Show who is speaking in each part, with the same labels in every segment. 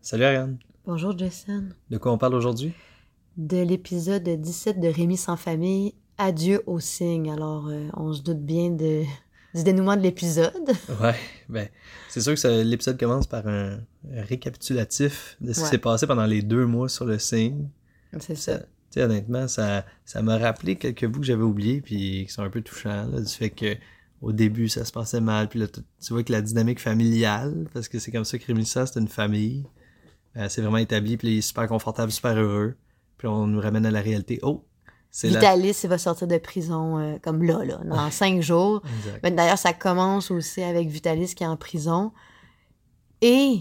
Speaker 1: Salut Ariane.
Speaker 2: Bonjour Jason.
Speaker 1: De quoi on parle aujourd'hui?
Speaker 2: De l'épisode 17 de Rémi sans famille, Adieu au signe. Alors, euh, on se doute bien de, du dénouement de l'épisode.
Speaker 1: Ouais, ben, c'est sûr que ça- l'épisode commence par un, un récapitulatif de ce
Speaker 2: Ouais.
Speaker 1: qui s'est passé pendant les deux mois sur le signe.
Speaker 2: C'est
Speaker 1: Ça,
Speaker 2: ça.
Speaker 1: tu sais, honnêtement, ça, ça m'a rappelé quelques bouts que j'avais oubliés puis qui sont un peu touchants, là, du fait que au début ça se passait mal, puis là tu tu vois que la dynamique familiale, parce que c'est comme ça que Rémi Sans, c'est une famille, euh, c'est vraiment établi, puis il est super confortable, super heureux, puis on nous ramène à la réalité. Oh, c'est la...
Speaker 2: Vitalis, il va sortir de prison euh, comme là, là, dans cinq jours.
Speaker 1: Exact.
Speaker 2: Mais D'ailleurs, ça commence aussi avec Vitalis qui est en prison et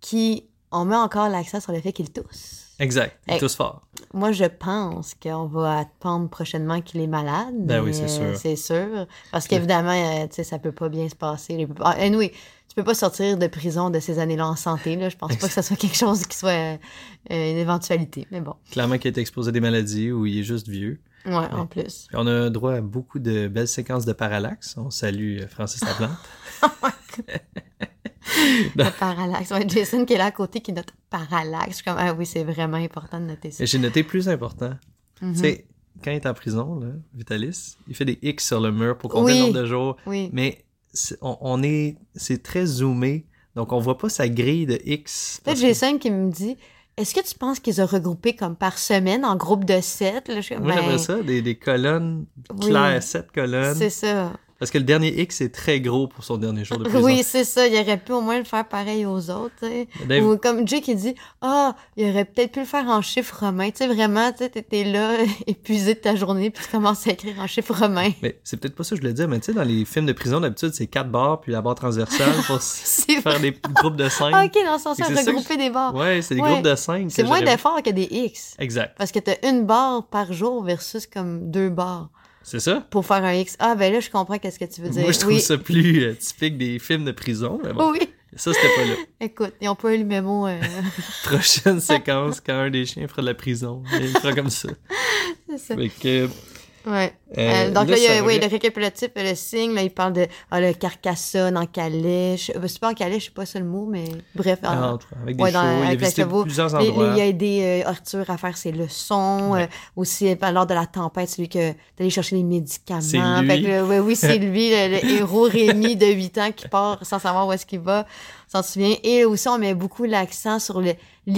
Speaker 2: qui, on met encore l'accent sur le fait qu'il tousse.
Speaker 1: Exact, il
Speaker 2: Hey.
Speaker 1: tousse fort.
Speaker 2: Moi, je pense qu'on va apprendre prochainement qu'il est malade.
Speaker 1: Ben oui,
Speaker 2: mais,
Speaker 1: c'est
Speaker 2: euh,
Speaker 1: sûr.
Speaker 2: C'est sûr. Parce
Speaker 1: Puis-
Speaker 2: qu'évidemment, euh, tu sais, ça peut pas bien se passer. Il peut pas- Ah, Anyway, tu peux pas sortir de prison de ces années-là en santé. Là. Je pense pas que ça soit quelque chose qui soit euh, une éventualité. Mais bon,
Speaker 1: Clairement qu'il a été exposé à des maladies ou il est juste vieux.
Speaker 2: ouais, en plus.
Speaker 1: Puis on a droit à beaucoup de belles séquences de parallaxe. On salue euh, Francis Laplante.
Speaker 2: Le parallaxe. Ouais, Jason qui est là à côté qui note parallaxe. Je suis comme, ah oui, c'est vraiment important de noter ça.
Speaker 1: Et J'ai noté plus important.
Speaker 2: Mhm.
Speaker 1: Tu sais, quand il est en prison, là, Vitalis, il fait des X sur le mur pour compter
Speaker 2: Oui.
Speaker 1: le nombre de jours.
Speaker 2: Oui.
Speaker 1: Mais c'est- on, on est, c'est très zoomé, donc on voit pas sa grille de X.
Speaker 2: Peut-être
Speaker 1: parce que-
Speaker 2: Jason qui me dit, est-ce que tu penses qu'ils ont regroupé comme par semaine en groupe de sept? Là, je suis comme,
Speaker 1: Moi,
Speaker 2: ben,
Speaker 1: j'aimerais ça, des, des colonnes
Speaker 2: Oui.
Speaker 1: claires, sept colonnes.
Speaker 2: C'est ça.
Speaker 1: Parce que le dernier X est très gros pour son dernier jour de prison.
Speaker 2: Oui, c'est ça. Il aurait pu au moins le faire pareil aux autres. tu sais.
Speaker 1: Dave-
Speaker 2: Ou comme Jake, il dit Ah, il aurait peut-être pu le faire en chiffres romains. Tu sais, vraiment, tu sais, t'es- t'es là, épuisé de ta journée, puis tu commences à écrire en chiffres romains.
Speaker 1: Mais c'est peut-être pas ça que je voulais dire, mais tu sais, dans les films de prison, d'habitude, c'est quatre barres puis la barre transversale pour s-
Speaker 2: C'est
Speaker 1: faire des groupes de cinq.
Speaker 2: Ah, ok, dans le sens,
Speaker 1: Et c'est ça que
Speaker 2: regrouper des barres.
Speaker 1: Ouais, c'est des
Speaker 2: Ouais.
Speaker 1: groupes de cinq. que
Speaker 2: c'est moins
Speaker 1: j'aurais-
Speaker 2: d'effort que des X.
Speaker 1: Exact.
Speaker 2: Parce que t'as une barre par jour versus comme deux barres
Speaker 1: C'est ça?
Speaker 2: pour faire un X. Ah, ben là, je comprends qu'est-ce que tu veux dire.
Speaker 1: Moi, je trouve
Speaker 2: oui.
Speaker 1: ça plus euh, typique des films de prison. Mais bon,
Speaker 2: Oui,
Speaker 1: ça, c'était pas là.
Speaker 2: écoute, ils ont pas eu le mémo. euh,
Speaker 1: Prochaine séquence, quand un des chiens fera de la prison. Il fera comme ça.
Speaker 2: c'est ça.
Speaker 1: Fait que, euh,
Speaker 2: Ouais. Euh, donc là, il y
Speaker 1: ça
Speaker 2: a oui,
Speaker 1: revient-
Speaker 2: le récapitulatif, le signe, là, il parle de ah, le carcassonne en calèche. Euh, C'est pas en calèche, je sais pas ça le mot, mais bref.
Speaker 1: Ah,
Speaker 2: en-
Speaker 1: en tout cas, avec des
Speaker 2: Ouais,
Speaker 1: chevaux,
Speaker 2: dans-
Speaker 1: il a
Speaker 2: avec les
Speaker 1: visité
Speaker 2: chevaux.
Speaker 1: plusieurs
Speaker 2: il, il
Speaker 1: endroits.
Speaker 2: y a aidé euh, Arthur à faire ses leçons.
Speaker 1: Ouais.
Speaker 2: euh, aussi, euh, lors de la tempête, celui que d'aller chercher les médicaments.
Speaker 1: C'est lui.
Speaker 2: Fait que, euh, ouais, oui, c'est lui, le, le héros Rémi de 8 ans qui part sans savoir où est-ce qu'il va. S'en souvient. Et aussi, on met beaucoup l'accent sur le-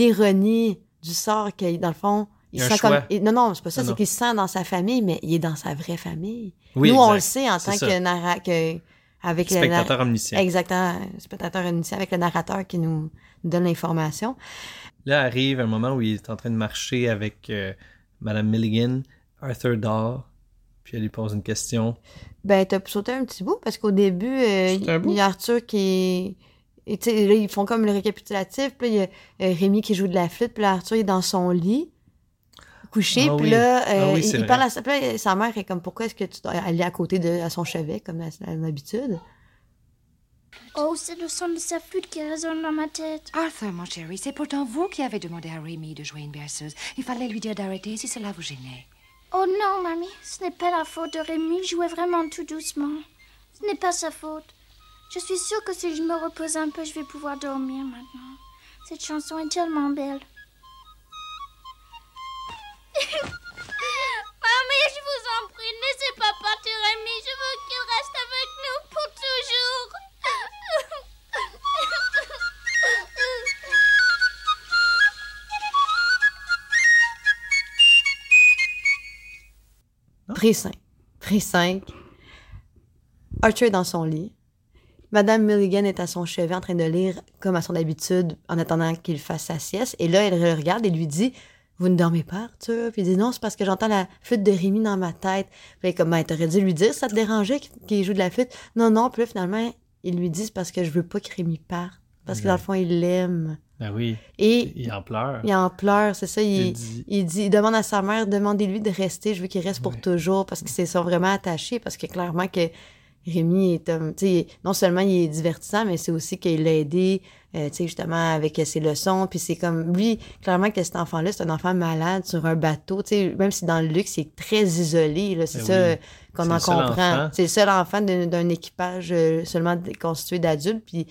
Speaker 2: l'ironie du sort que, dans le fond,
Speaker 1: Il y a
Speaker 2: se
Speaker 1: un
Speaker 2: sent comme-
Speaker 1: choix.
Speaker 2: il- non, non, c'est pas ça,
Speaker 1: Non,
Speaker 2: c'est
Speaker 1: non.
Speaker 2: qu'il se sent dans sa famille, mais il est dans sa vraie famille.
Speaker 1: Oui,
Speaker 2: Nous, on le
Speaker 1: exact.
Speaker 2: sait en
Speaker 1: C'est
Speaker 2: tant
Speaker 1: ça.
Speaker 2: que, narra- que avec le narra-
Speaker 1: Spectateur omniscient.
Speaker 2: Exactement, spectateur initié avec le narrateur qui nous donne l'information.
Speaker 1: Là arrive un moment où il est en train de marcher avec euh, Madame Milligan, Arthur Dore, puis elle lui pose une question.
Speaker 2: Ben, t'as sauté un petit bout parce qu'au début, euh,
Speaker 1: Sauté un bout?
Speaker 2: il y a Arthur qui est. et tu sais, là, ils font comme le récapitulatif, puis là, il y a euh, Rémi qui joue de la flûte, puis là, Arthur est dans son lit, couché,
Speaker 1: Ah
Speaker 2: puis
Speaker 1: oui.
Speaker 2: là, euh,
Speaker 1: Ah oui,
Speaker 2: il-
Speaker 1: c'est
Speaker 2: il,
Speaker 1: vrai.
Speaker 2: parle à sa, puis là, sa mère est comme Pourquoi est-ce que tu dois aller à côté de à son chevet, comme à, à l'habitude?
Speaker 3: Oh, c'est le son de sa flûte qui résonne dans ma tête.
Speaker 4: Arthur, mon chéri, c'est pourtant vous qui avez demandé à Rémi de jouer une berceuse. Il fallait lui dire d'arrêter si cela vous gênait.
Speaker 3: Oh non, mamie, ce n'est pas la faute de Rémi, il jouait vraiment tout doucement. Ce n'est pas sa faute. Je suis sûre que si je me repose un peu, je vais pouvoir dormir maintenant. Cette chanson est tellement belle. Mamie, je vous en prie, laissez pas partir Rémi, je veux qu'il reste avec nous pour toujours.
Speaker 2: Pré 5. Pré 5. Arthur est dans son lit. Madame Milligan est à son chevet en train de lire comme à son habitude en attendant qu'il fasse sa sieste. Et là, elle le regarde et lui dit Vous ne dormez pas, Arthur Puis il dit Non, c'est parce que j'entends la flûte de Rémi dans ma tête. Puis elle est comme Ben, T'aurais dû lui dire, ça te dérangeait qu'il- qu'il joue de la flûte Non, non. Puis là, finalement, il lui dit C'est parce que je veux pas que Rémi parte. Parce que dans le fond, il l'aime.
Speaker 1: Ben oui,
Speaker 2: Et
Speaker 1: il en pleure.
Speaker 2: il en pleure, c'est ça.
Speaker 1: Il
Speaker 2: Il,
Speaker 1: dit-
Speaker 2: il dit, il demande à sa mère, demandez-lui de rester, je veux qu'il reste pour toujours parce qu'ils sont vraiment attachés, parce que clairement que Rémi est un, tu sais, non seulement il est divertissant, mais c'est aussi qu'il l'a aidé, euh, tu sais, justement avec euh, ses leçons, puis c'est comme lui, clairement que cet enfant-là, c'est un enfant malade sur un bateau, tu sais, même si dans le luxe, il est très isolé, là, c'est
Speaker 1: Ben
Speaker 2: ça
Speaker 1: oui.
Speaker 2: euh, qu'on
Speaker 1: C'est
Speaker 2: en
Speaker 1: le seul
Speaker 2: comprend.
Speaker 1: enfant.
Speaker 2: C'est le seul enfant d'un d'un équipage euh, seulement d- constitué d'adultes, puis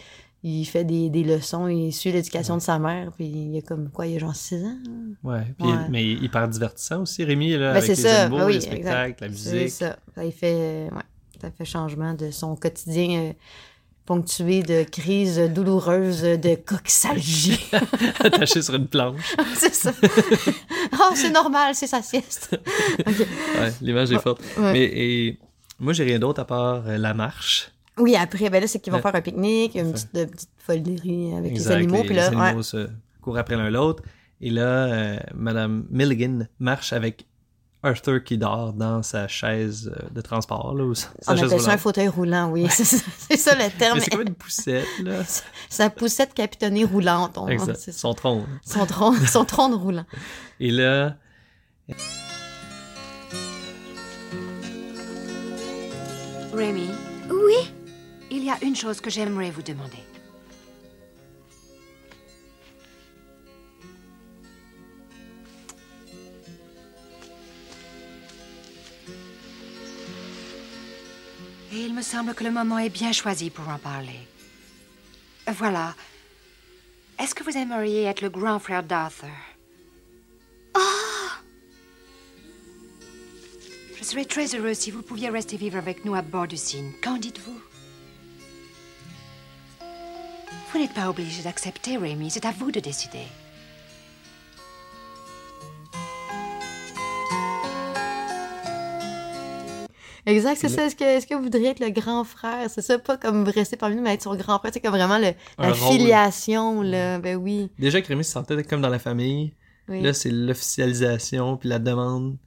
Speaker 2: il fait des, des leçons, il suit l'éducation de sa mère, puis il y a comme quoi, il y a genre 6 ans. hein?
Speaker 1: Ouais, puis
Speaker 2: Ouais.
Speaker 1: il- mais hyper divertissant aussi, Rémi, là,
Speaker 2: Ben,
Speaker 1: avec
Speaker 2: c'est
Speaker 1: les
Speaker 2: ça,
Speaker 1: animaux,
Speaker 2: ben oui,
Speaker 1: les spectacles, la
Speaker 2: C'est
Speaker 1: musique.
Speaker 2: ça. Ça il fait, euh, ouais, ça fait changement de son quotidien euh, ponctué de crises douloureuses de coxalgie.
Speaker 1: Attaché sur une planche.
Speaker 2: c'est ça. oh, c'est normal, c'est sa sieste.
Speaker 1: Ouais, l'image est forte.
Speaker 2: Ouais.
Speaker 1: Mais et, moi, j'ai rien d'autre à part euh, la marche.
Speaker 2: Oui, après, ben là, c'est qu'ils vont
Speaker 1: Ouais.
Speaker 2: faire un pique-nique,
Speaker 1: Fait-
Speaker 2: une petite, de- petite folie avec
Speaker 1: Exact,
Speaker 2: les animaux,
Speaker 1: les-
Speaker 2: puis là,
Speaker 1: les
Speaker 2: ouais.
Speaker 1: animaux se courent après l'un l'autre. Et là, euh, Madame Milligan marche avec Arthur qui dort dans sa chaise euh, de transport. Là, ou sa, sa
Speaker 2: on
Speaker 1: chaise
Speaker 2: appelle ça un
Speaker 1: roulante.
Speaker 2: fauteuil roulant, oui. C'est ça- c'est ça le terme.
Speaker 1: Mais c'est comme une poussette, là.
Speaker 2: Sa poussette capitonnée roulante, on
Speaker 1: Exact,
Speaker 2: c'est ça.
Speaker 1: son tronc.
Speaker 2: Son tronc, son tronc de roulant.
Speaker 1: Et là,
Speaker 4: Rémi,
Speaker 3: Oui,
Speaker 4: il y a une chose que j'aimerais vous demander. Et il me semble que le moment est bien choisi pour en parler. Voilà. Est-ce que vous aimeriez être le grand frère d'Arthur Je serais très heureuse si vous pouviez rester vivre avec nous à bord du Cygne. Qu'en dites-vous Vous n'êtes pas obligé d'accepter, Rémi. C'est à vous de décider.
Speaker 2: Exact, c'est
Speaker 1: Le-
Speaker 2: ça. Est-ce que, est-ce que vous voudriez être le grand frère? C'est ça, pas comme rester parmi nous, mais être son grand frère. C'est comme vraiment le,
Speaker 1: Un
Speaker 2: la
Speaker 1: rôle.
Speaker 2: filiation, là. Ben oui.
Speaker 1: déjà que Rémi se sentait comme dans la famille,
Speaker 2: oui.
Speaker 1: là, c'est l'officialisation, puis la demande.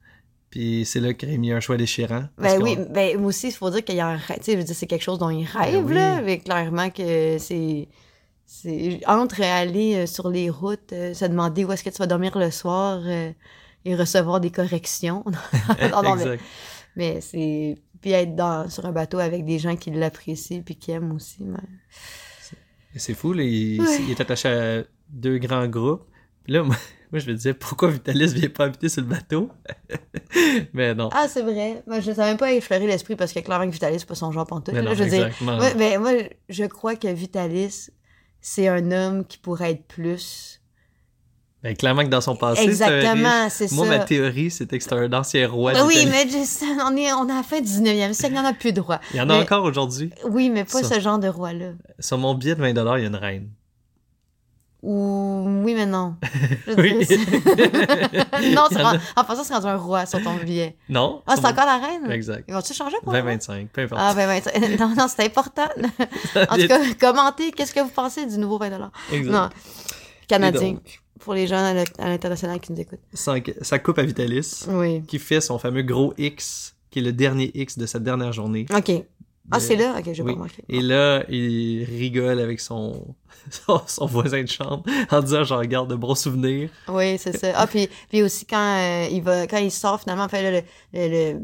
Speaker 1: Puis c'est là que Rémi a un choix déchirant. parce
Speaker 2: ben
Speaker 1: qu'on- Ben
Speaker 2: oui, ben moi aussi, il faut dire qu'il y a un rêve. Tu sais, je veux dire, c'est quelque chose dont il rêve,
Speaker 1: oui.
Speaker 2: là. Mais clairement que c'est. c'est Entre aller euh, sur les routes, euh, se demander où est-ce que tu vas dormir le soir euh, et recevoir des corrections. Non, non, mais-
Speaker 1: Exact.
Speaker 2: Mais c'est. Puis être dans, sur un bateau avec des gens qui l'apprécient puis qui aiment aussi. mais-
Speaker 1: Et C'est fou, là, il,
Speaker 2: Ouais.
Speaker 1: il est attaché à deux grands groupes. Puis là, moi, moi, je me disais, pourquoi Vitalis vient pas habiter sur le bateau? mais non.
Speaker 2: Ah, c'est vrai. Moi, je ne savais même pas effleurer l'esprit parce que clairement que Vitalis, c'est pas son genre pantoute.
Speaker 1: mais
Speaker 2: Là,
Speaker 1: non,
Speaker 2: Ah, je veux dire,
Speaker 1: exactement.
Speaker 2: moi, ben, moi, je crois que Vitalis, c'est un homme qui pourrait être plus.
Speaker 1: Ben, clairement que dans son passé, c'est un riche.
Speaker 2: Exactement, c'est ça.
Speaker 1: Moi, ma théorie, c'était que c'était un ancien roi
Speaker 2: Ben oui,
Speaker 1: d'Italie.
Speaker 2: mais Jason, on est, on est à la fin du 19e siècle, il n'y en a plus de roi.
Speaker 1: Il y en a
Speaker 2: mais-
Speaker 1: encore aujourd'hui.
Speaker 2: Oui, mais pas
Speaker 1: Ça.
Speaker 2: ce genre de roi-là.
Speaker 1: Sur mon billet de 20 il y a une reine.
Speaker 2: Ou oui, mais non. Je veux
Speaker 1: Oui.
Speaker 2: dire, c'est- non,
Speaker 1: Il
Speaker 2: c'est
Speaker 1: y en a-
Speaker 2: ren- en passant, c'est rendu un roi sur ton billet.
Speaker 1: Non?
Speaker 2: Ah,
Speaker 1: sur
Speaker 2: c'est
Speaker 1: mon-
Speaker 2: encore la reine?
Speaker 1: Exact.
Speaker 2: Ils vont-tu changer pour le roi?
Speaker 1: 20-25, peu importe.
Speaker 2: Ah, ben, ben, non, non, c'est important. en tout cas, commentez, qu'est-ce que vous pensez du nouveau 20
Speaker 1: Exact.
Speaker 2: Non. Canadien.
Speaker 1: Et donc,
Speaker 2: Pour les gens à l'in- à l'international qui nous écoutent.
Speaker 1: sans que- ça coupe à Vitalis,
Speaker 2: Oui.
Speaker 1: qui fait son fameux gros X, qui est le dernier X de sa dernière journée.
Speaker 2: OK. Ah,
Speaker 1: De-
Speaker 2: c'est là? OK, j'ai
Speaker 1: oui.
Speaker 2: pas manqué.
Speaker 1: Et là, il rigole avec son, son, son voisin de chambre en disant j'en garde de bons souvenirs.
Speaker 2: Oui, c'est ça. Ah, puis, puis aussi, quand, euh, il va, quand il sort, finalement, fait, là, le, le,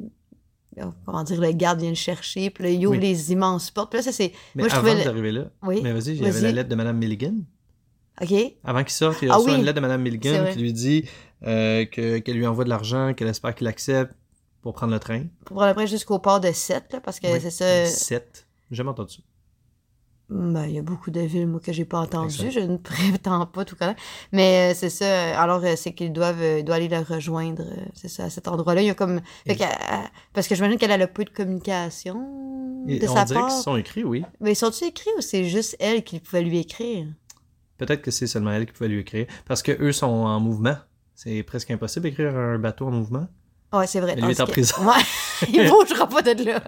Speaker 2: le- Comment dire, le garde vient le chercher, puis là, il ouvre
Speaker 1: Oui.
Speaker 2: les immenses portes. Puis là, ça, c'est.
Speaker 1: Mais
Speaker 2: Moi, je
Speaker 1: avant
Speaker 2: trouvais le-
Speaker 1: d'arriver là,
Speaker 2: Oui.
Speaker 1: mais vas-y, il y avait
Speaker 2: Vas-y.
Speaker 1: la lettre de Madame Milligan.
Speaker 2: OK?
Speaker 1: Avant qu'il sorte, il
Speaker 2: Ah
Speaker 1: reçoit
Speaker 2: oui,
Speaker 1: une lettre de Madame
Speaker 2: c'est
Speaker 1: Milligan
Speaker 2: vrai.
Speaker 1: qui lui dit euh, que- qu'elle lui envoie de l'argent, qu'elle espère qu'il accepte pour prendre le train.
Speaker 2: Pour prendre après jusqu'au port de Sète, là, parce que
Speaker 1: Oui.
Speaker 2: Euh, c'est ça.
Speaker 1: 7. J'ai jamais entendu ça.
Speaker 2: Ben, il y a beaucoup de villes, moi, que j'ai pas entendues.
Speaker 1: Exact.
Speaker 2: Je ne prétends pas tout connaître. Mais euh, c'est ça. euh, Alors, euh, c'est qu'ils doivent euh, il doit aller la rejoindre, euh, c'est ça, à cet endroit-là. Il y a comme. fait
Speaker 1: Et-
Speaker 2: qu'elle- elle- parce que j'imagine qu'elle a le peu de communication
Speaker 1: Et
Speaker 2: de
Speaker 1: on
Speaker 2: sa
Speaker 1: dirait
Speaker 2: part.
Speaker 1: qu'ils sont écrits, oui.
Speaker 2: Mais sont-ils écrits ou c'est juste elle qui pouvait lui écrire?
Speaker 1: Peut-être que c'est seulement elle qui pouvait lui écrire. Parce que eux sont en mouvement. C'est presque impossible d'écrire un bateau en mouvement.
Speaker 2: Ouais, c'est vrai.
Speaker 1: Mais lui est
Speaker 2: tandis
Speaker 1: en
Speaker 2: que-
Speaker 1: prison.
Speaker 2: Ouais, il bougera pas de là.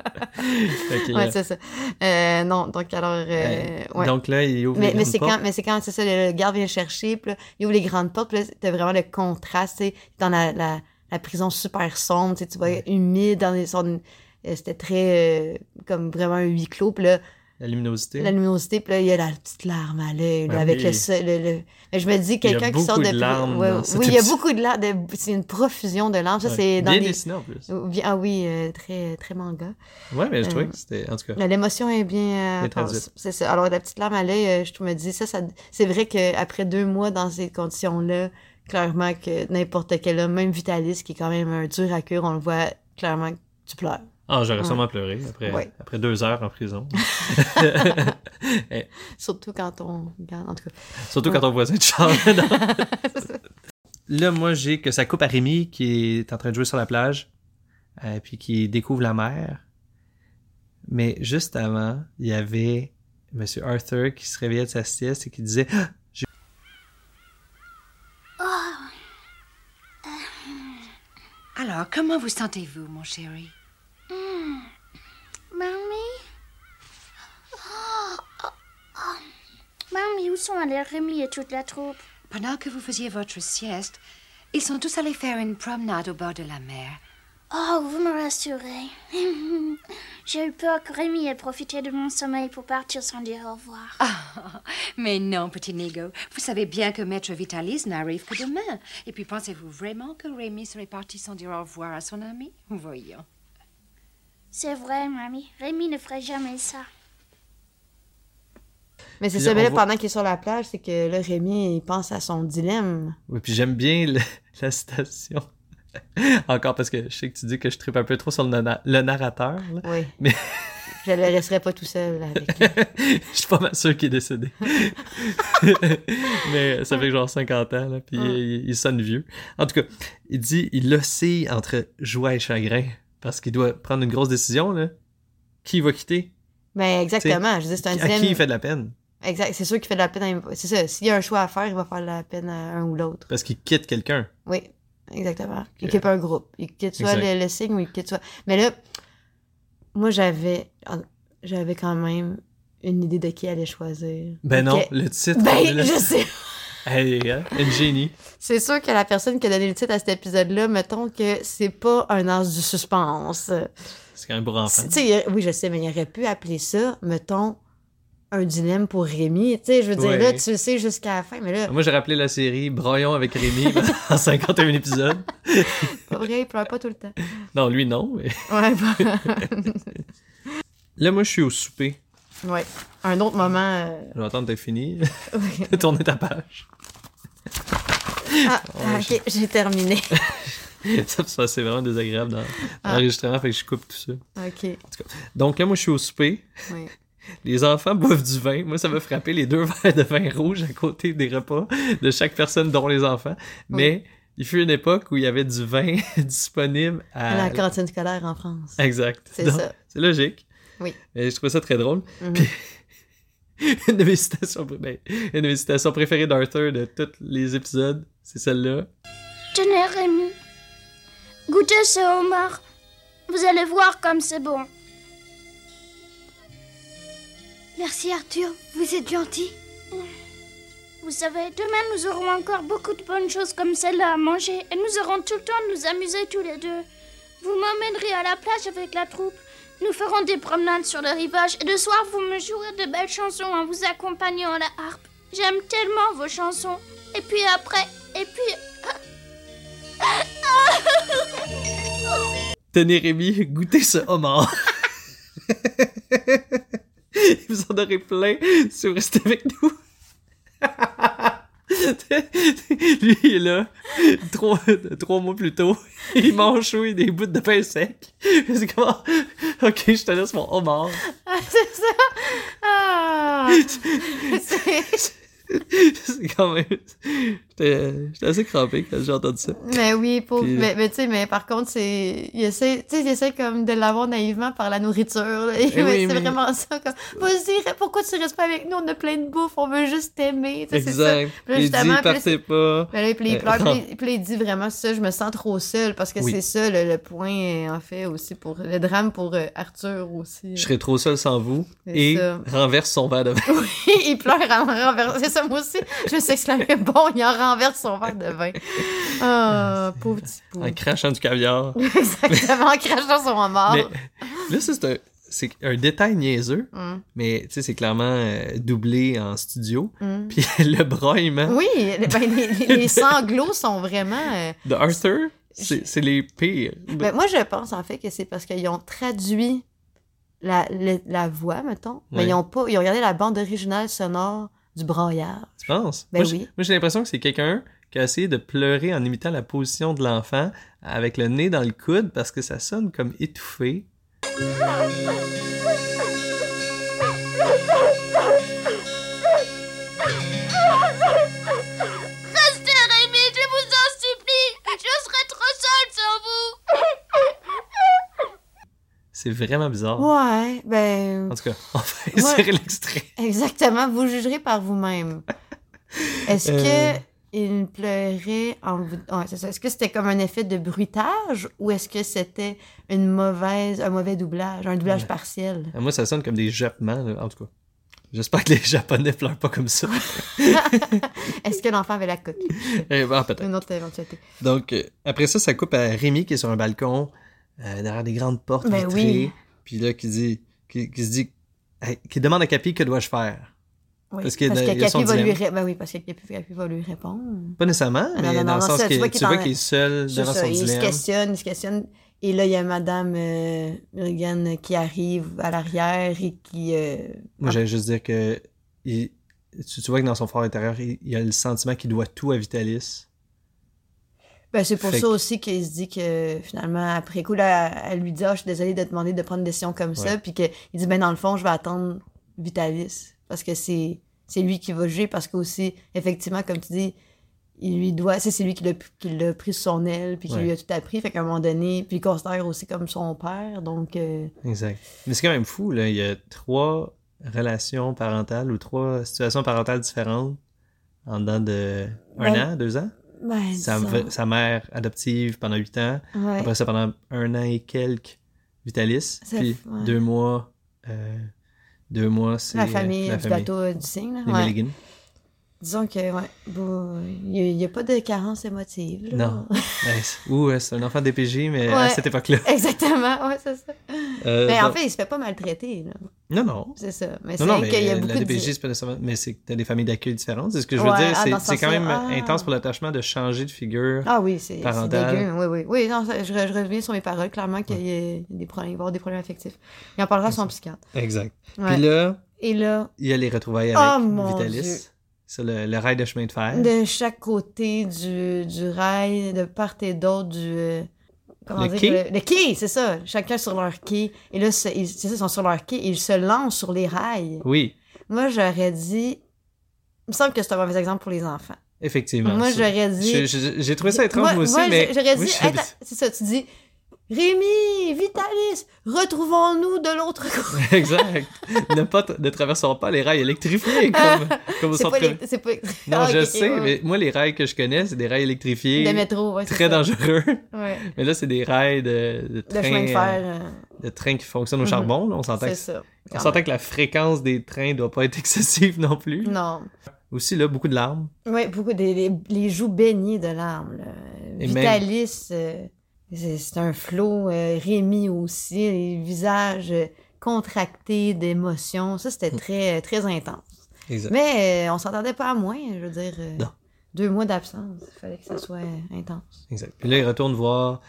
Speaker 1: Fait que,
Speaker 2: Ouais,
Speaker 1: euh,
Speaker 2: c'est ça. Euh, non, donc alors. euh, ouais.
Speaker 1: Donc là, il ouvre
Speaker 2: Mais,
Speaker 1: les
Speaker 2: mais
Speaker 1: grandes
Speaker 2: c'est
Speaker 1: portes.
Speaker 2: quand, mais c'est quand, c'est ça, le le garde vient le chercher, puis là, il ouvre les grandes portes, puis là, t'as vraiment le contraste, tu sais, dans la, la, la prison super sombre, tu sais, tu vois, humide, dans les son- euh, c'était très, euh, comme vraiment un huis clos, puis là,
Speaker 1: La luminosité.
Speaker 2: la luminosité, puis là, il y a la petite larme à l'œil, là,
Speaker 1: Ben
Speaker 2: avec
Speaker 1: oui.
Speaker 2: le, se- le, le- Mais je me dis, quelqu'un qui
Speaker 1: beaucoup
Speaker 2: sort de...
Speaker 1: de
Speaker 2: pri-
Speaker 1: larmes
Speaker 2: ouais,
Speaker 1: dans cet
Speaker 2: oui, il y a
Speaker 1: épisode.
Speaker 2: beaucoup de larmes, de- c'est une profusion de larmes, ça,
Speaker 1: Ouais.
Speaker 2: c'est dans
Speaker 1: Bien
Speaker 2: les...
Speaker 1: dessiné en plus.
Speaker 2: Ou bien- Ah oui, euh, très, très manga.
Speaker 1: Ouais, mais je trouvais
Speaker 2: Euh,
Speaker 1: que c'était. En tout cas,
Speaker 2: Là, L'émotion est bien. euh,
Speaker 1: Bien traduite.
Speaker 2: pense- c'est ça. Alors, la petite larme à l'œil, euh, je me dis, ça, ça c'est vrai qu'après deux mois dans ces conditions-là, clairement que n'importe quel homme, même Vitalis, qui est quand même un dur à cuire, on le voit clairement que tu pleures.
Speaker 1: Ah, j'aurais sûrement pleuré après,
Speaker 2: Ouais.
Speaker 1: après deux heures en prison.
Speaker 2: Surtout quand on regarde, en tout cas.
Speaker 1: Surtout quand ton voisin te chante. Là, moi, j'ai que ça coupe à Rémi qui est en train de jouer sur la plage, euh, puis qui découvre la mer. Mais juste avant, il y avait Monsieur Arthur qui se réveillait de sa sieste et qui disait Ah, j'ai-
Speaker 4: Alors, comment vous sentez-vous, mon chéri
Speaker 3: Mamie Oh, oh, oh. Mamie, où sont allés Rémi et toute la troupe
Speaker 4: Pendant que vous faisiez votre sieste, ils sont tous allés faire une promenade au bord de la mer.
Speaker 3: Oh, vous me rassurez. J'ai eu peur que Rémi ait profité de mon sommeil pour partir sans dire au revoir.
Speaker 4: Ah, mais non, petit Nigo. Vous savez bien que Maître Vitalis n'arrive que demain. Et puis, pensez-vous vraiment que Rémi serait parti sans dire au revoir à son ami Voyons.
Speaker 3: C'est vrai, mamie. Rémi ne ferait jamais ça.
Speaker 2: Mais c'est
Speaker 1: Puis
Speaker 2: ça,
Speaker 1: là,
Speaker 2: mais
Speaker 1: on
Speaker 2: là,
Speaker 1: voit-
Speaker 2: pendant qu'il est sur la plage, c'est que là, Rémi, il pense à son dilemme.
Speaker 1: Oui, puis j'aime bien le- la citation. Encore parce que je sais que tu dis que je tripe un peu trop sur le, nana- le narrateur. là.
Speaker 2: Oui.
Speaker 1: Mais-
Speaker 2: Je le laisserai pas tout seul avec lui.
Speaker 1: je suis pas mal sûr qu'il est décédé. Mais ça fait genre 50 ans, là, puis
Speaker 2: Mm.
Speaker 1: il, il sonne vieux. En tout cas, il dit il oscille entre joie et chagrin parce qu'il doit prendre une grosse décision. Là. Qui il va quitter
Speaker 2: Mais exactement, je dis, c'est un
Speaker 1: À qui il
Speaker 2: dilemme.
Speaker 1: fait de la peine
Speaker 2: Exact, c'est sûr qu'il fait de la peine à... C'est ça, s'il y a un choix à faire, il va faire de la peine à un ou l'autre.
Speaker 1: Parce qu'il quitte quelqu'un.
Speaker 2: Oui, exactement. Il
Speaker 1: Ok.
Speaker 2: quitte un groupe. Il quitte soit
Speaker 1: Exact.
Speaker 2: le, le signe ou il quitte soit... Mais là, moi, j'avais... J'avais quand même une idée de qui allait choisir.
Speaker 1: Ben
Speaker 2: Ok.
Speaker 1: non, le titre. on est
Speaker 2: Ben,
Speaker 1: là-
Speaker 2: je sais
Speaker 1: Hey, hein, une génie.
Speaker 2: C'est sûr que la personne qui a donné le titre à cet épisode-là, mettons que c'est pas un ange du suspense.
Speaker 1: C'est quand même pour enfants.
Speaker 2: Tu sais, il- oui, je sais, mais il aurait pu appeler ça, mettons, un dilemme pour Rémi. Tu sais, je veux dire,
Speaker 1: Ouais.
Speaker 2: là, tu le sais jusqu'à la fin, mais là,
Speaker 1: Moi, j'ai rappelé la série Broyon avec Rémi en 51 épisodes.
Speaker 2: pas vrai, il pleure pas tout le temps.
Speaker 1: Non, lui, non. mais-
Speaker 2: Ouais, bah,
Speaker 1: Là, moi, je suis au souper.
Speaker 2: ouais. Un autre moment. euh,
Speaker 1: Je vais attendre que t'aies fini.
Speaker 2: ouais.
Speaker 1: Tourner ta page.
Speaker 2: Ah, ok, j'ai terminé.
Speaker 1: ça, ça, c'est vraiment désagréable dans, dans
Speaker 2: Ah.
Speaker 1: l'enregistrement, fait que je coupe tout ça.
Speaker 2: Ok,
Speaker 1: Donc là, moi, je suis au souper.
Speaker 2: oui.
Speaker 1: Les enfants boivent du vin. Moi, ça m'a frappé les deux verres de vin rouge à côté des repas de chaque personne, dont les enfants. Mais il fut une époque où il y avait du vin disponible à...
Speaker 2: La cantine scolaire en France.
Speaker 1: Exact.
Speaker 2: C'est
Speaker 1: Donc,
Speaker 2: ça.
Speaker 1: C'est logique.
Speaker 2: Oui.
Speaker 1: Et je trouvais ça très drôle.
Speaker 2: Mhm.
Speaker 1: Puis, une, de mes citations, pré- ben, une de mes citations préférées d'Arthur de tous les épisodes, c'est celle-là.
Speaker 3: Tenez, Rémi. Goûtez ce homard. Vous allez voir comme c'est bon.
Speaker 5: Merci Arthur, vous êtes gentil.
Speaker 3: Vous savez, demain nous aurons encore beaucoup de bonnes choses comme celle-là à manger et nous aurons tout le temps de nous amuser tous les deux. Vous m'emmènerez à la plage avec la troupe. Nous ferons des promenades sur le rivage et de soir vous me jouerez de belles chansons en vous accompagnant à la harpe. J'aime tellement vos chansons. Et puis après, et puis
Speaker 1: Tenez Rémi, goûtez ce homard. Vous en aurez plein si vous restez avec nous. Lui, il est là, trois, trois mois plus tôt, il mange oui, des bouts de pain sec. C'est comme, Ah, ok, je te laisse mon homard.
Speaker 2: Ah, c'est ça! Ah! C'est-
Speaker 1: C'est quand même... J'étais j'étais assez crampé quand j'ai entendu ça.
Speaker 2: Mais oui, pauvre.
Speaker 1: Puis-
Speaker 2: Mais, mais tu sais, mais par contre, c'est. Il essaie, tu sais, il essaie comme de l'avoir naïvement par la nourriture. là.
Speaker 1: Eh
Speaker 2: Mais
Speaker 1: oui,
Speaker 2: c'est
Speaker 1: mais-
Speaker 2: vraiment ça. Comme, vas-y, re- pourquoi tu restes pas avec nous? On a plein de bouffe, on veut juste t'aimer. Tu sais, c'est ça.
Speaker 1: Exact.
Speaker 2: Là,
Speaker 1: Il dit,
Speaker 2: justement, puis là,
Speaker 1: partez
Speaker 2: c'est-
Speaker 1: pas.
Speaker 2: Mais là, puis
Speaker 1: Euh,
Speaker 2: il pleure,
Speaker 1: non.
Speaker 2: puis il- puis il dit vraiment ça, je me sens trop seule, parce que
Speaker 1: Oui.
Speaker 2: c'est ça le, le point, en fait, aussi pour le drame pour euh, Arthur aussi.
Speaker 1: Je serais trop seul sans vous.
Speaker 2: C'est
Speaker 1: Et
Speaker 2: ça.
Speaker 1: renverse son verre de vin.
Speaker 2: il pleure en renversant. C'est ça, moi aussi. Je sais que c'est la même bon, il en renverse son verre de vin. Ah, pauvre petit pauvre.
Speaker 1: en crachant du caviar.
Speaker 2: Exactement, en crachant son remords.
Speaker 1: Mais là, ça, c'est un, c'est un détail niaiseux,
Speaker 2: Hum,
Speaker 1: mais tu sais, c'est clairement euh, doublé en studio.
Speaker 2: hum.
Speaker 1: Puis le broyement
Speaker 2: Oui, le- ben, les, les- les sanglots sont vraiment. euh,
Speaker 1: de Arthur, c'est c'est les pires.
Speaker 2: ben, moi, je pense en fait que c'est parce qu'ils ont traduit la, le- la voix, mettons, mais
Speaker 1: Ouais.
Speaker 2: ils ont pas. Ils ont regardé la bande originale sonore du broyard.
Speaker 1: Tu penses?
Speaker 2: Ben
Speaker 1: moi, j'ai-
Speaker 2: oui.
Speaker 1: moi, j'ai l'impression que c'est quelqu'un qui a essayé de pleurer en imitant la position de l'enfant avec le nez dans le coude parce que ça sonne comme étouffé.
Speaker 5: Restez, Rémi, je vous en supplie. Je serai trop seule sans vous.
Speaker 1: C'est vraiment bizarre.
Speaker 2: Ouais, ben.
Speaker 1: En tout cas, on va
Speaker 2: Ouais.
Speaker 1: insérer l'extrait.
Speaker 2: Exactement, vous jugerez par vous-même. Est-ce
Speaker 1: Euh.
Speaker 2: que il pleurait en vous. ouais, c'est ça. Est-ce que c'était comme un effet de bruitage ou est-ce que c'était une mauvaise, un mauvais doublage, un doublage
Speaker 1: Ouais.
Speaker 2: partiel?
Speaker 1: Ah, Moi, ça sonne comme des jappements, là. en tout cas. J'espère que les Japonais pleurent pas comme ça.
Speaker 2: Est-ce que l'enfant avait la coque?
Speaker 1: Eh ben, peut-être.
Speaker 2: Une autre éventualité.
Speaker 1: Donc, euh, après ça, ça coupe à Rémi qui est sur un balcon, euh, derrière des grandes portes
Speaker 2: Ben
Speaker 1: vitrées.
Speaker 2: oui.
Speaker 1: Puis là, qui dit, qui, qui se dit, hey, qui demande à Capi que dois-je faire.
Speaker 2: Oui,
Speaker 1: Parce que dans- il y a son
Speaker 2: Capi va lui
Speaker 1: dilemme.
Speaker 2: ré- ben oui, parce que Capi, Capi va lui répondre.
Speaker 1: Pas nécessairement,
Speaker 2: non,
Speaker 1: mais
Speaker 2: non,
Speaker 1: dans
Speaker 2: non,
Speaker 1: le sens
Speaker 2: ça,
Speaker 1: que
Speaker 2: tu vois qu'il est en-
Speaker 1: est seul
Speaker 2: C'est
Speaker 1: devant
Speaker 2: ça,
Speaker 1: son
Speaker 2: il se
Speaker 1: dilemme.
Speaker 2: questionne, il se questionne. Et là, il y a Madame euh, Mulligan qui arrive à l'arrière et qui. euh,
Speaker 1: Moi, j'allais juste dire que il- tu, tu vois que dans son fort intérieur, il, il a le sentiment qu'il doit tout à Vitalis.
Speaker 2: Ben, c'est pour
Speaker 1: Fait
Speaker 2: ça
Speaker 1: que-
Speaker 2: aussi qu'il se dit que finalement, après coup, là, elle lui dit Ah, Je suis désolée de te demander de prendre une décision comme ça.
Speaker 1: Ouais.
Speaker 2: Puis qu'il dit Ben, dans le fond, je vais attendre Vitalis. Parce que c'est c'est lui qui va juger. Parce qu'aussi, effectivement, comme tu dis, il lui doit. C'est c'est lui qui l'a- qui l'a pris sous son aile. Puis qui
Speaker 1: Ouais.
Speaker 2: lui a tout appris. Fait qu'à un moment donné, puis il considère aussi comme son père. Donc, euh,
Speaker 1: Exact. Mais c'est quand même fou, là. Il y a trois relations parentales ou trois situations parentales différentes en dedans de un
Speaker 2: Ben,
Speaker 1: an, deux ans.
Speaker 2: ben,
Speaker 1: Sa,
Speaker 2: disons,
Speaker 1: v- sa mère adoptive pendant huit ans.
Speaker 2: ouais.
Speaker 1: Après ça, pendant un an et quelques, Vitalis.
Speaker 2: Ça
Speaker 1: Puis
Speaker 2: fait- ouais.
Speaker 1: deux mois, euh, deux mois, c'est
Speaker 2: la famille
Speaker 1: la
Speaker 2: du
Speaker 1: famille.
Speaker 2: bateau euh, du signe. là.
Speaker 1: Les
Speaker 2: Ouais.
Speaker 1: Mulligan.
Speaker 2: Disons que, ouais, bon, il n'y a, pas de carence émotive. là.
Speaker 1: Non. Ouais, Ben, c'est- Ouh, ouais, c'est un enfant DPJ, mais à
Speaker 2: Ouais.
Speaker 1: cette époque-là.
Speaker 2: Exactement, ouais, c'est ça.
Speaker 1: Euh,
Speaker 2: Mais Ben, en
Speaker 1: donc-
Speaker 2: fait, il se fait pas maltraiter, là.
Speaker 1: Non, non.
Speaker 2: C'est ça. Mais c'est
Speaker 1: Non, non,
Speaker 2: vrai
Speaker 1: mais
Speaker 2: qu'il y a beaucoup
Speaker 1: la DPJ,
Speaker 2: de...
Speaker 1: c'est pas nécessairement. Mais c'est que t'as des familles d'accueil différentes. C'est ce que je veux
Speaker 2: Ouais,
Speaker 1: dire.
Speaker 2: ah,
Speaker 1: c'est-
Speaker 2: dans ce
Speaker 1: c'est quand
Speaker 2: sens-là.
Speaker 1: même
Speaker 2: Ah.
Speaker 1: intense pour l'attachement de changer de figure.
Speaker 2: Ah oui, c'est c'est
Speaker 1: Parental.
Speaker 2: dégueu. Oui, oui. Oui, non, ça- je, re- je reviens sur mes paroles. Clairement qu'il y a des problèmes, il va y avoir des problèmes affectifs. Il en parlera à son psychiatre.
Speaker 1: Exact.
Speaker 2: Ouais.
Speaker 1: Puis là,
Speaker 2: Et là,
Speaker 1: il y a les retrouvailles
Speaker 2: Ah,
Speaker 1: avec
Speaker 2: mon Dieu.
Speaker 1: Vitalis. Sur le, le rail de chemin de fer.
Speaker 2: de chaque côté du, du rail, de part et d'autre du... euh, Comment
Speaker 1: Le
Speaker 2: dire?
Speaker 1: quai?
Speaker 2: Le, le quai, c'est ça. Chacun sur leur quai. Et là, c'est ils- c'est ça, ils sont sur leur quai. Ils se lancent sur les rails.
Speaker 1: Oui,
Speaker 2: Moi, j'aurais dit... Il me semble que c'est un mauvais exemple pour les enfants.
Speaker 1: effectivement.
Speaker 2: Moi,
Speaker 1: Ça-
Speaker 2: j'aurais
Speaker 1: Je-
Speaker 2: dit...
Speaker 1: je- J'ai trouvé ça étrange,
Speaker 2: Moi-
Speaker 1: moi aussi,
Speaker 2: moi,
Speaker 1: mais.
Speaker 2: j'- J'aurais
Speaker 1: Moi,
Speaker 2: dit,
Speaker 1: je-
Speaker 2: Attends, c'est ça, tu dis, Rémi, Vitalis, retrouvons-nous de l'autre côté.
Speaker 1: exact. ne, pas tra- ne traversons pas les rails électrifiés comme, comme au
Speaker 2: Euh, C'est
Speaker 1: centre-
Speaker 2: pas, les- c'est pas.
Speaker 1: Non,
Speaker 2: Ah, ok,
Speaker 1: je
Speaker 2: ok,
Speaker 1: sais,
Speaker 2: ouais.
Speaker 1: mais moi, les rails que je connais, c'est des rails électrifiés.
Speaker 2: De métro, ouais. c'est
Speaker 1: Très
Speaker 2: ça.
Speaker 1: dangereux.
Speaker 2: Ouais.
Speaker 1: Mais là, c'est des rails de, de
Speaker 2: Le
Speaker 1: train,
Speaker 2: chemin de
Speaker 1: euh,
Speaker 2: fer, euh,
Speaker 1: de train qui fonctionnent au
Speaker 2: Mhm.
Speaker 1: charbon. là. on s'entend
Speaker 2: c'est
Speaker 1: que,
Speaker 2: ça.
Speaker 1: on s'entend que la fréquence des trains doit pas être excessive non plus.
Speaker 2: Non.
Speaker 1: Aussi, là, beaucoup de larmes.
Speaker 2: Ouais, beaucoup des les, les joues baignées de larmes. là.
Speaker 1: Et
Speaker 2: Vitalis, euh, c'est c'est un flot. euh, Rémi aussi, les visages euh, contractés d'émotions. Ça,
Speaker 1: Mm.
Speaker 2: c'était très, très intense.
Speaker 1: Exact.
Speaker 2: Mais euh, on s'entendait pas à moins, je veux dire. euh,
Speaker 1: Non.
Speaker 2: Deux mois d'absence, il fallait que ça soit euh, intense.
Speaker 1: exact. Puis là, ils retournent voir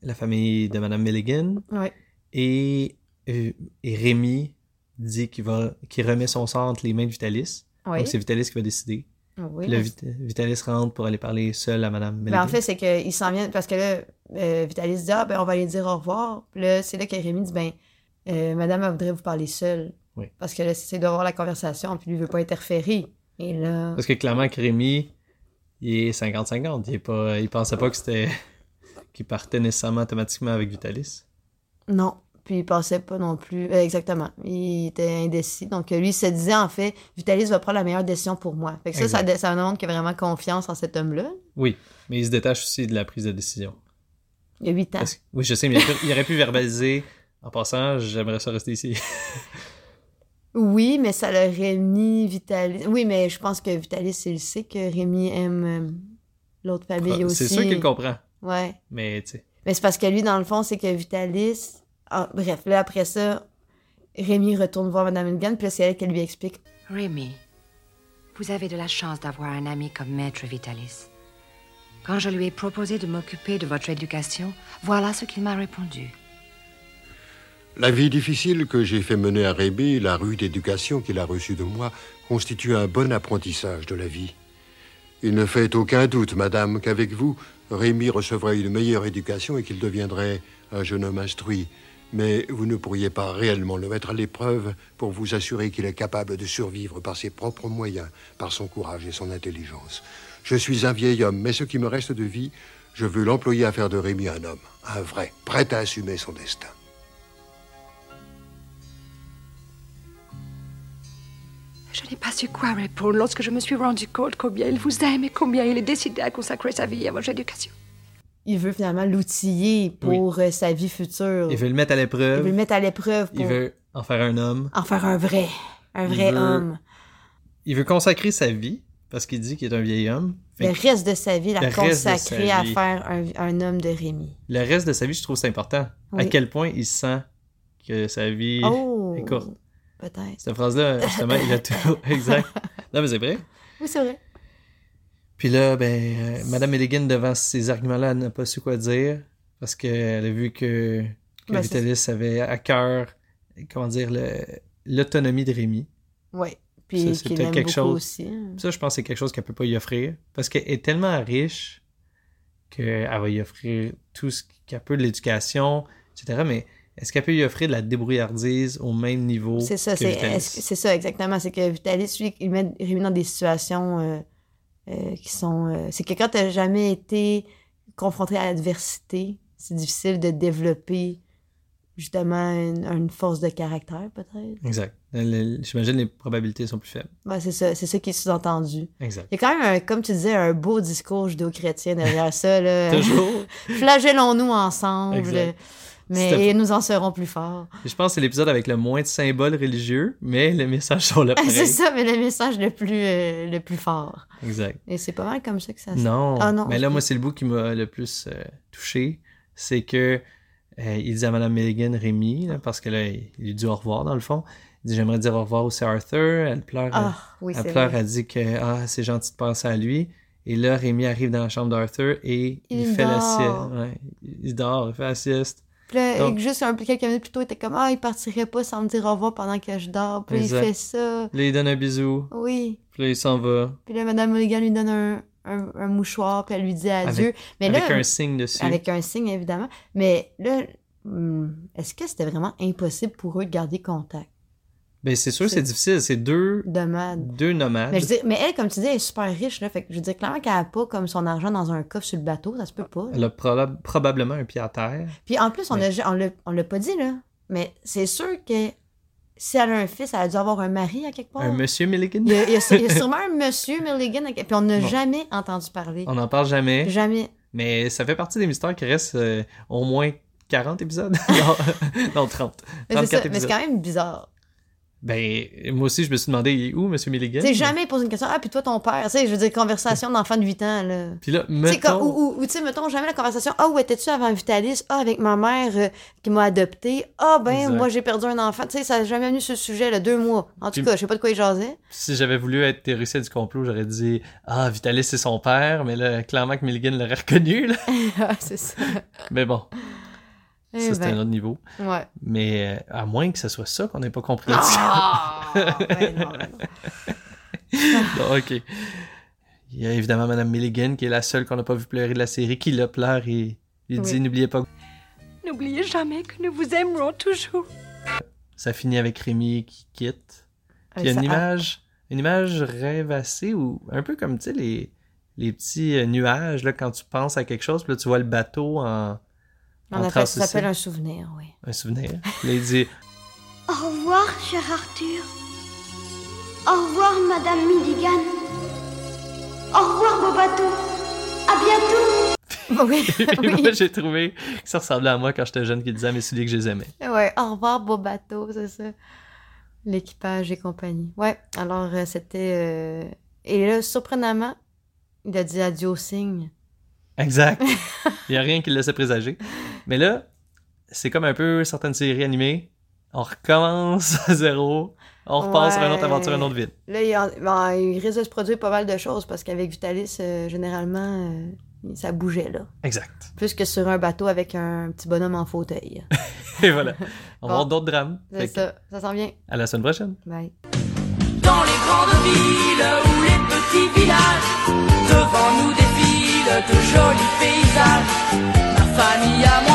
Speaker 1: la famille de Madame Milligan.
Speaker 2: Ouais.
Speaker 1: Et, euh, et Rémi dit qu'il va qu'il remet son sort entre les mains de Vitalis.
Speaker 2: Oui.
Speaker 1: Donc c'est Vitalis qui va décider.
Speaker 2: oui.
Speaker 1: Puis là, Vit- Vitalis rentre pour aller parler seul à Madame
Speaker 2: Mais
Speaker 1: Milligan.
Speaker 2: Ben, en fait, c'est qu'ils s'en viennent parce que là, euh, Vitalis dit Ah, ben, on va aller dire au revoir. Puis là, c'est là que Rémi dit Ben, euh, madame, elle voudrait vous parler seule.
Speaker 1: Oui.
Speaker 2: Parce que là, c'est d'avoir la conversation, puis lui, il veut pas interférer. Et là.
Speaker 1: Parce que clairement que Rémi, il est 50-50. Il, est pas, il pensait pas que c'était qu'il partait nécessairement automatiquement avec Vitalis.
Speaker 2: Non. Puis il pensait pas non plus. euh, exactement. Il était indécis. Donc euh, lui, il se disait en fait, Vitalis va prendre la meilleure décision pour moi. Fait que ça, ça,
Speaker 1: Exact.
Speaker 2: ça montre qu'il a vraiment confiance en cet homme-là.
Speaker 1: Oui, mais il se détache aussi de la prise de décision.
Speaker 2: Ah. Il y a huit ans.
Speaker 1: Parce que- oui, je sais, mais il aurait pu- il aurait pu verbaliser en passant, j'aimerais ça rester ici.
Speaker 2: Oui, mais ça le Rémi, Vitalis. Oui, mais je pense que Vitalis, il sait que Rémi aime euh, l'autre famille aussi.
Speaker 1: Ah, C'est sûr qu'il comprend.
Speaker 2: Ouais.
Speaker 1: Mais tu sais,
Speaker 2: Mais c'est parce que lui, dans le fond, c'est que Vitalis. Ah, bref, là, après ça, Rémi retourne voir Madame Mulligan, puis là, c'est elle qui lui explique.
Speaker 4: Rémi, vous avez de la chance d'avoir un ami comme Maître Vitalis. Quand je lui ai proposé de m'occuper de votre éducation, voilà ce qu'il m'a répondu.
Speaker 6: La vie difficile que j'ai fait mener à Rébé, la rude éducation qu'il a reçue de moi, constitue un bon apprentissage de la vie. Il ne fait aucun doute, madame, qu'avec vous, Rémi recevrait une meilleure éducation et qu'il deviendrait un jeune homme instruit, mais vous ne pourriez pas réellement le mettre à l'épreuve pour vous assurer qu'il est capable de survivre par ses propres moyens, par son courage et son intelligence. Je suis un vieil homme, mais ce qui me reste de vie, je veux l'employer à faire de Rémi un homme, un vrai, prêt à assumer son destin.
Speaker 4: Je n'ai pas su quoi répondre lorsque je me suis rendu compte combien il vous aime et combien il est décidé à consacrer sa vie à votre éducation.
Speaker 2: Il veut finalement l'outiller pour euh, sa vie future.
Speaker 1: Il veut le mettre à
Speaker 2: Il veut le
Speaker 1: l'épreuve.
Speaker 2: mettre à l'épreuve
Speaker 1: Il
Speaker 2: pour
Speaker 1: veut en faire un homme.
Speaker 2: en faire un vrai, un
Speaker 1: Il
Speaker 2: vrai
Speaker 1: veut-
Speaker 2: homme.
Speaker 1: Il veut consacrer sa vie parce qu'il dit qu'il est un vieil homme. Fait
Speaker 2: Le
Speaker 1: que
Speaker 2: reste de sa vie, la
Speaker 1: Le reste de
Speaker 2: consacrer
Speaker 1: sa
Speaker 2: à
Speaker 1: vie.
Speaker 2: faire un, un homme de Rémi.
Speaker 1: le reste de sa vie, je trouve c'est important. À
Speaker 2: Oui.
Speaker 1: quel point il sent que sa vie
Speaker 2: Oh!
Speaker 1: est courte.
Speaker 2: Peut-être.
Speaker 1: Cette phrase-là, justement, il a tout. exact. Non, mais c'est vrai.
Speaker 2: Oui, c'est vrai.
Speaker 1: Puis là, ben, euh, Madame Milligan, devant ces arguments-là, elle n'a pas su quoi dire parce qu'elle a vu que, que
Speaker 2: Ben, c'est-
Speaker 1: Vitalis avait à cœur, comment dire, le- l'autonomie de Rémi.
Speaker 2: Oui.
Speaker 1: Ça,
Speaker 2: Puis
Speaker 1: c'est
Speaker 2: qu'il
Speaker 1: peut-être
Speaker 2: aime
Speaker 1: quelque
Speaker 2: beaucoup
Speaker 1: chose.
Speaker 2: aussi. hein.
Speaker 1: Ça, je pense que c'est quelque chose qu'elle peut pas y offrir parce qu'elle est tellement riche qu'elle va y offrir tout ce qu'elle peut, de l'éducation, etc. Mais est-ce qu'elle peut y offrir de la débrouillardise au même niveau
Speaker 2: C'est ça,
Speaker 1: que
Speaker 2: c'est
Speaker 1: Vitalis?
Speaker 2: est-ce que- c'est ça, exactement. C'est que Vitalis, lui, il met Rémi dans des situations euh, euh, qui sont. euh, c'est que quand tu jamais été confronté à l'adversité, c'est difficile de développer justement une, une force de caractère, peut-être.
Speaker 1: Exact. Le- le- J'imagine les probabilités sont plus faibles.
Speaker 2: Ouais, c'est ça, c'est ça qui est sous-entendu.
Speaker 1: Exact.
Speaker 2: Il y a quand même, un- comme tu disais, un beau discours judéo-chrétien derrière ça. Là.
Speaker 1: Toujours.
Speaker 2: Flagellons-nous ensemble,
Speaker 1: Exact.
Speaker 2: mais
Speaker 1: C'était-
Speaker 2: et nous en serons plus forts.
Speaker 1: Je pense que c'est l'épisode avec le moins de symboles religieux, mais les messages sont là pareil.
Speaker 2: Ah, c'est ça, mais le message le plus, euh, le plus fort.
Speaker 1: Exact.
Speaker 2: Et c'est pas mal comme ça que ça se
Speaker 1: Non.
Speaker 2: Ah non,
Speaker 1: Mais là,
Speaker 2: ok.
Speaker 1: moi, c'est le bout qui m'a le plus euh, touché. C'est que euh, il dit à Mme Milligan, Rémi, là, parce que là, il il lui dit au revoir, dans le fond. Il dit J'aimerais dire au revoir aussi à Arthur. Elle pleure.
Speaker 2: Ah, oui,
Speaker 1: elle- elle,
Speaker 2: c'est
Speaker 1: pleure,
Speaker 2: vrai.
Speaker 1: elle dit que ah, c'est gentil de penser à lui. Et là, Rémi arrive dans la chambre d'Arthur et il,
Speaker 2: Il
Speaker 1: fait la
Speaker 2: dort.
Speaker 1: sieste. Ouais, il dort, il fait la sieste.
Speaker 2: Puis là,
Speaker 1: Donc-
Speaker 2: juste un, quelques minutes plus tôt, il était comme Ah, il partirait pas sans me dire au revoir pendant que je dors. Puis là,
Speaker 1: Exact.
Speaker 2: il fait ça.
Speaker 1: Là, il donne un bisou.
Speaker 2: Oui.
Speaker 1: Puis là, il s'en va.
Speaker 2: Puis là, Madame Mulligan lui donne un, un- un mouchoir, puis elle lui dit adieu. mais
Speaker 1: avec
Speaker 2: là,
Speaker 1: un signe dessus.
Speaker 2: avec un signe, évidemment. Mais là, hum, est-ce que c'était vraiment impossible pour eux de garder contact?
Speaker 1: Ben, c'est sûr, c'est
Speaker 2: C'est-
Speaker 1: difficile. C'est deux,
Speaker 2: Demande.
Speaker 1: deux nomades.
Speaker 2: Mais, je veux dire- mais elle, comme tu dis, elle est super riche. Là, fait que je veux dire, clairement qu'elle n'a pas comme son argent dans un coffre sur le bateau, ça se peut pas. là.
Speaker 1: Elle a proba- probablement un pied à terre.
Speaker 2: Puis en plus, on
Speaker 1: Mais-
Speaker 2: ne l'a pas dit, là. Mais c'est sûr que si elle a un fils, elle a dû avoir un mari à quelque part.
Speaker 1: Un monsieur Milligan.
Speaker 2: Il y, a, il y a- il y a sûrement un monsieur Milligan, à- puis on n'a
Speaker 1: Bon.
Speaker 2: jamais entendu parler.
Speaker 1: On n'en parle jamais.
Speaker 2: Jamais.
Speaker 1: Mais ça fait partie des mystères qui restent euh, au moins 40 épisodes. non, non, 30.
Speaker 2: Mais
Speaker 1: 34
Speaker 2: c'est ça, mais c'est
Speaker 1: épisodes.
Speaker 2: quand même bizarre.
Speaker 1: Ben, moi aussi, je me suis demandé, il est où, monsieur Milligan?
Speaker 2: Tu sais, jamais posé une question. Ah, puis toi, ton père, tu sais, je veux dire, conversation d'enfant de 8 ans, là.
Speaker 1: Puis là,
Speaker 2: Tu sais, comme-
Speaker 1: mettons...
Speaker 2: ou, ou- ou, tu sais, mettons jamais la conversation. Ah, où étais-tu avant Vitalis? Ah, avec ma mère euh, qui m'a adoptée. Ah, ben,
Speaker 1: Exact.
Speaker 2: moi, j'ai perdu un enfant. Tu sais, ça n'a jamais venu sur ce sujet, là, deux mois. En
Speaker 1: Puis-
Speaker 2: tout cas, je sais pas de quoi il jasait.
Speaker 1: Si j'avais voulu être théoricien du complot, j'aurais dit « Ah, Vitalis, c'est son père », mais là, clairement que Milligan l'aurait reconnu. là.
Speaker 2: Ah, c'est ça.
Speaker 1: Mais bon,
Speaker 2: Eh
Speaker 1: ça, c'est
Speaker 2: ben,
Speaker 1: un autre niveau.
Speaker 2: ouais.
Speaker 1: Mais euh, à moins que ce soit ça qu'on n'ait pas compris.
Speaker 2: Ah! Ben non, ben non.
Speaker 1: Bon, ok. Il y a évidemment Madame Milligan qui est la seule qu'on n'a pas vu pleurer de la série, qui le pleure et il dit
Speaker 2: Oui.
Speaker 1: n'oubliez pas. que
Speaker 4: N'oubliez jamais que nous vous aimerons toujours.
Speaker 1: Ça finit avec Rémi qui quitte. Puis il y a
Speaker 2: Euh, Ça- ah,
Speaker 1: une image, une image rêvassée ou un peu comme tu sais les les petits euh, nuages là quand tu penses à quelque chose, puis là tu vois le bateau en
Speaker 2: On
Speaker 1: en
Speaker 2: appelle-
Speaker 1: trace
Speaker 2: ça s'appelle
Speaker 1: aussi.
Speaker 2: un souvenir, oui.
Speaker 1: un souvenir. Puis là, il dit
Speaker 3: Au revoir, cher Arthur. Au revoir, Madame Milligan. Au revoir, beau bateau. À bientôt.
Speaker 2: Oui,
Speaker 1: Puis moi
Speaker 2: oui.
Speaker 1: j'ai trouvé que ça ressemblait à moi quand j'étais jeune qui disait à mes souliers que je les aimais.
Speaker 2: Ouais, au revoir, beau bateau, c'est ça. L'équipage et compagnie. Ouais, alors euh, c'était. euh, Et là, surprenamment, il a dit adieu au signe.
Speaker 1: Exact. Il n'y a rien qui le laissait présager. Mais là, c'est comme un peu certaines séries animées. On recommence à zéro. On repasse sur une autre
Speaker 2: Ouais.
Speaker 1: aventure, une autre ville.
Speaker 2: Là, il, en- bon, il risque de se produire pas mal de choses parce qu'avec Vitalis, euh, généralement, euh, ça bougeait, là.
Speaker 1: Exact.
Speaker 2: Plus que sur un bateau avec un petit bonhomme en fauteuil.
Speaker 1: Et voilà. On va
Speaker 2: Bon.
Speaker 1: voir d'autres drames.
Speaker 2: C'est
Speaker 1: Fait que,
Speaker 2: ça, ça s'en vient.
Speaker 1: À la semaine prochaine.
Speaker 2: Bye.
Speaker 7: dans les grandes villes ou les petits villages. Devant nous défilent de jolis paysages. Ma famille à moi.